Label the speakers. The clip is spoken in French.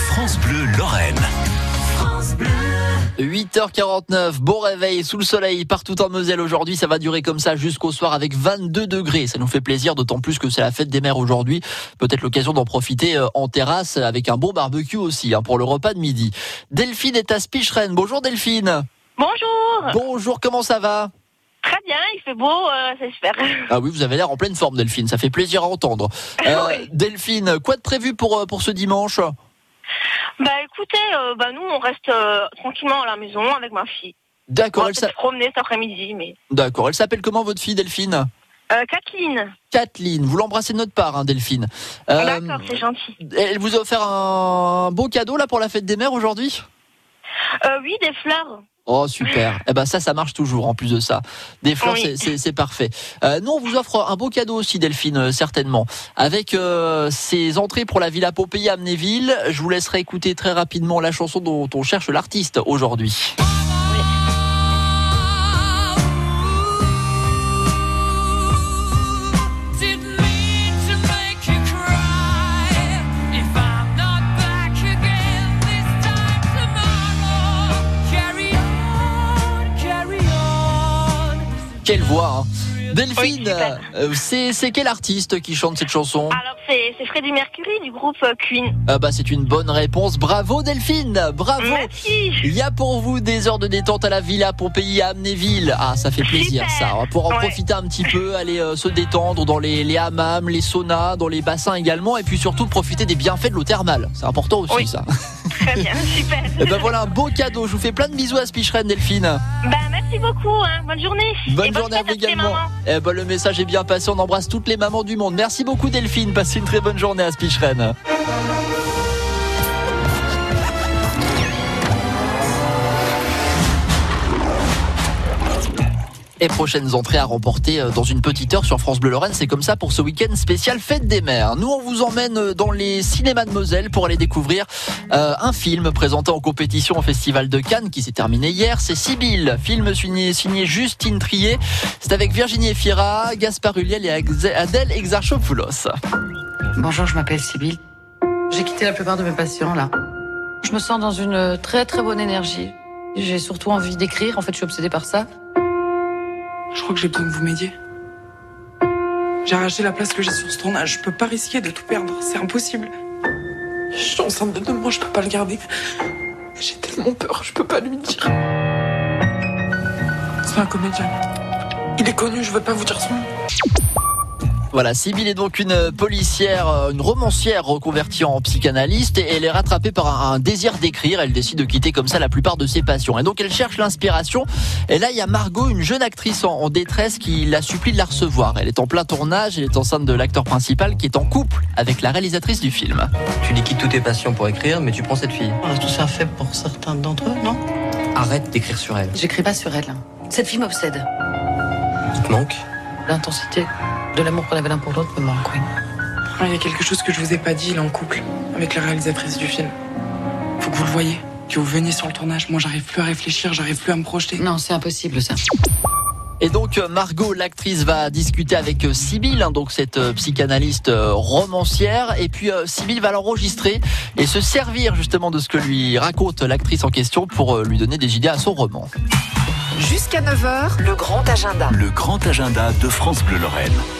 Speaker 1: France Bleu Lorraine.
Speaker 2: 8h49, beau réveil sous le soleil partout en Moselle aujourd'hui. Ça va durer comme ça jusqu'au soir avec 22 degrés. Ça nous fait plaisir, d'autant plus que c'est la fête des mères aujourd'hui. Peut-être l'occasion d'en profiter euh, en terrasse avec un bon barbecue aussi hein, pour le repas de midi. Delphine est à Spicheren. Bonjour Delphine.
Speaker 3: Bonjour.
Speaker 2: Bonjour, comment ça va
Speaker 3: Très bien, il fait beau, euh, ça j'espère.
Speaker 2: Ah oui, vous avez l'air en pleine forme Delphine, ça fait plaisir à entendre. Euh,
Speaker 3: Oui.
Speaker 2: Delphine, quoi de prévu pour, euh, pour ce dimanche
Speaker 3: Bah écoutez, euh, bah nous on reste euh, tranquillement à la maison avec ma fille. On
Speaker 2: D'accord,
Speaker 3: va
Speaker 2: elle s'a-
Speaker 3: peut-être se promener cet après-midi, mais.
Speaker 2: d'accord. Elle s'appelle comment votre fille Delphine
Speaker 3: Euh, Kathleen.
Speaker 2: Kathleen, vous l'embrassez de notre part, hein, Delphine. Euh,
Speaker 3: Ah, D'accord, c'est gentil.
Speaker 2: Elle vous a offert un beau cadeau là pour la fête des mères aujourd'hui
Speaker 3: Euh, oui, des fleurs.
Speaker 2: Oh super. Eh ben ça ça marche toujours en plus de ça. Des fleurs
Speaker 3: Oui.
Speaker 2: c'est- c'est c'est parfait. Euh, nous on vous offre un beau cadeau aussi Delphine euh, certainement avec euh, ses entrées pour la Villa Pompéi à Amnéville. Je vous laisserai écouter très rapidement la chanson dont on cherche l'artiste aujourd'hui.
Speaker 4: Didn't mean to make you cry. If I'm not back again this time tomorrow, carry on, carry on.
Speaker 2: Quelle voix hein.
Speaker 3: Oui,
Speaker 2: Delphine,
Speaker 3: super.
Speaker 2: euh, c'est c'est quel artiste qui chante cette chanson
Speaker 3: Alors c'est c'est Freddie Mercury du groupe euh, Queen.
Speaker 2: Ah bah c'est une bonne réponse. Bravo Delphine, bravo.
Speaker 3: Merci.
Speaker 2: Il y a pour vous des heures de détente à la Villa Pompéi à Amnéville. Ah, ça fait plaisir
Speaker 3: Super.
Speaker 2: ça. On va pouvoir en
Speaker 3: Ouais.
Speaker 2: profiter un petit peu, aller euh, se détendre dans les, les hammams, les saunas, dans les bassins également, et puis surtout profiter des bienfaits de l'eau thermale. C'est important aussi
Speaker 3: Oui.
Speaker 2: ça.
Speaker 3: Très bien, super.
Speaker 2: Et ben voilà un beau cadeau. Je vous fais plein de bisous à Spicheren, Delphine.
Speaker 3: Bah merci beaucoup. hein. Bonne journée.
Speaker 2: Bonne
Speaker 3: Et
Speaker 2: journée à
Speaker 3: fête
Speaker 2: vous
Speaker 3: à toutes les
Speaker 2: également.
Speaker 3: mamans.
Speaker 2: Eh ben le message est bien passé. On embrasse toutes les mamans du monde. Merci beaucoup Delphine. Passez une très bonne journée à Spicheren. Et prochaines entrées à remporter euh, dans une petite heure sur France Bleu Lorraine. C'est comme ça pour ce week-end spécial Fête des Mers. Nous, on vous emmène euh, dans les cinémas de Moselle pour aller découvrir euh, un film présenté en compétition au Festival de Cannes qui s'est terminé hier. C'est Sibylle, film signé, signé Justine Trier. C'est avec Virginie Efira, Gaspard Ulliel et Axe- Adèle Exarchopoulos.
Speaker 5: Bonjour, je m'appelle Sybille. J'ai quitté la plupart de mes patients là.
Speaker 6: Je me sens dans une euh, très très bonne énergie. J'ai surtout envie d'écrire, en fait je suis obsédée par ça.
Speaker 7: Je crois que j'ai besoin que vous m'aidiez. J'ai arraché la place que j'ai sur ce tournage. Je peux pas risquer de tout perdre. C'est impossible. Je suis enceinte de deux mois, je peux pas le garder. J'ai tellement peur, je peux pas lui dire. C'est un comédien. Il est connu, je veux pas vous dire son nom.
Speaker 2: Voilà, Sibylle est donc une euh, policière, euh, une romancière reconvertie en psychanalyste et elle est rattrapée par un, un désir d'écrire. Elle décide de quitter comme ça la plupart de ses passions. Et donc elle cherche l'inspiration. Et là, il y a Margot, une jeune actrice en, en détresse qui la supplie de la recevoir. Elle est en plein tournage, elle est enceinte de l'acteur principal qui est en couple avec la réalisatrice du film.
Speaker 8: Tu liquides tous tes passions pour écrire, mais tu prends cette fille.
Speaker 5: On a tous un faible pour certains d'entre eux, non
Speaker 8: Arrête d'écrire sur elle.
Speaker 6: J'écris pas sur elle. hein. Cette fille m'obsède.
Speaker 8: Il te manque.
Speaker 6: L'intensité de l'amour qu'on avait l'un pour l'autre me manque, oui.
Speaker 7: Ah, Il y a quelque chose que je vous ai pas dit, il est en couple avec la réalisatrice du film. Faut que vous le voyez, que vous veniez sur le tournage. Moi, j'arrive plus à réfléchir, j'arrive plus à me projeter.
Speaker 6: Non, c'est impossible ça.
Speaker 2: Et donc euh, Margot, l'actrice, va discuter avec euh, Sibylle, hein, donc cette euh, psychanalyste euh, romancière, et puis euh, Sibylle va l'enregistrer et se servir justement de ce que lui raconte l'actrice en question pour euh, lui donner des idées à son roman.
Speaker 9: Jusqu'à 9h, le grand agenda.
Speaker 1: Le grand agenda de France Bleu Lorraine.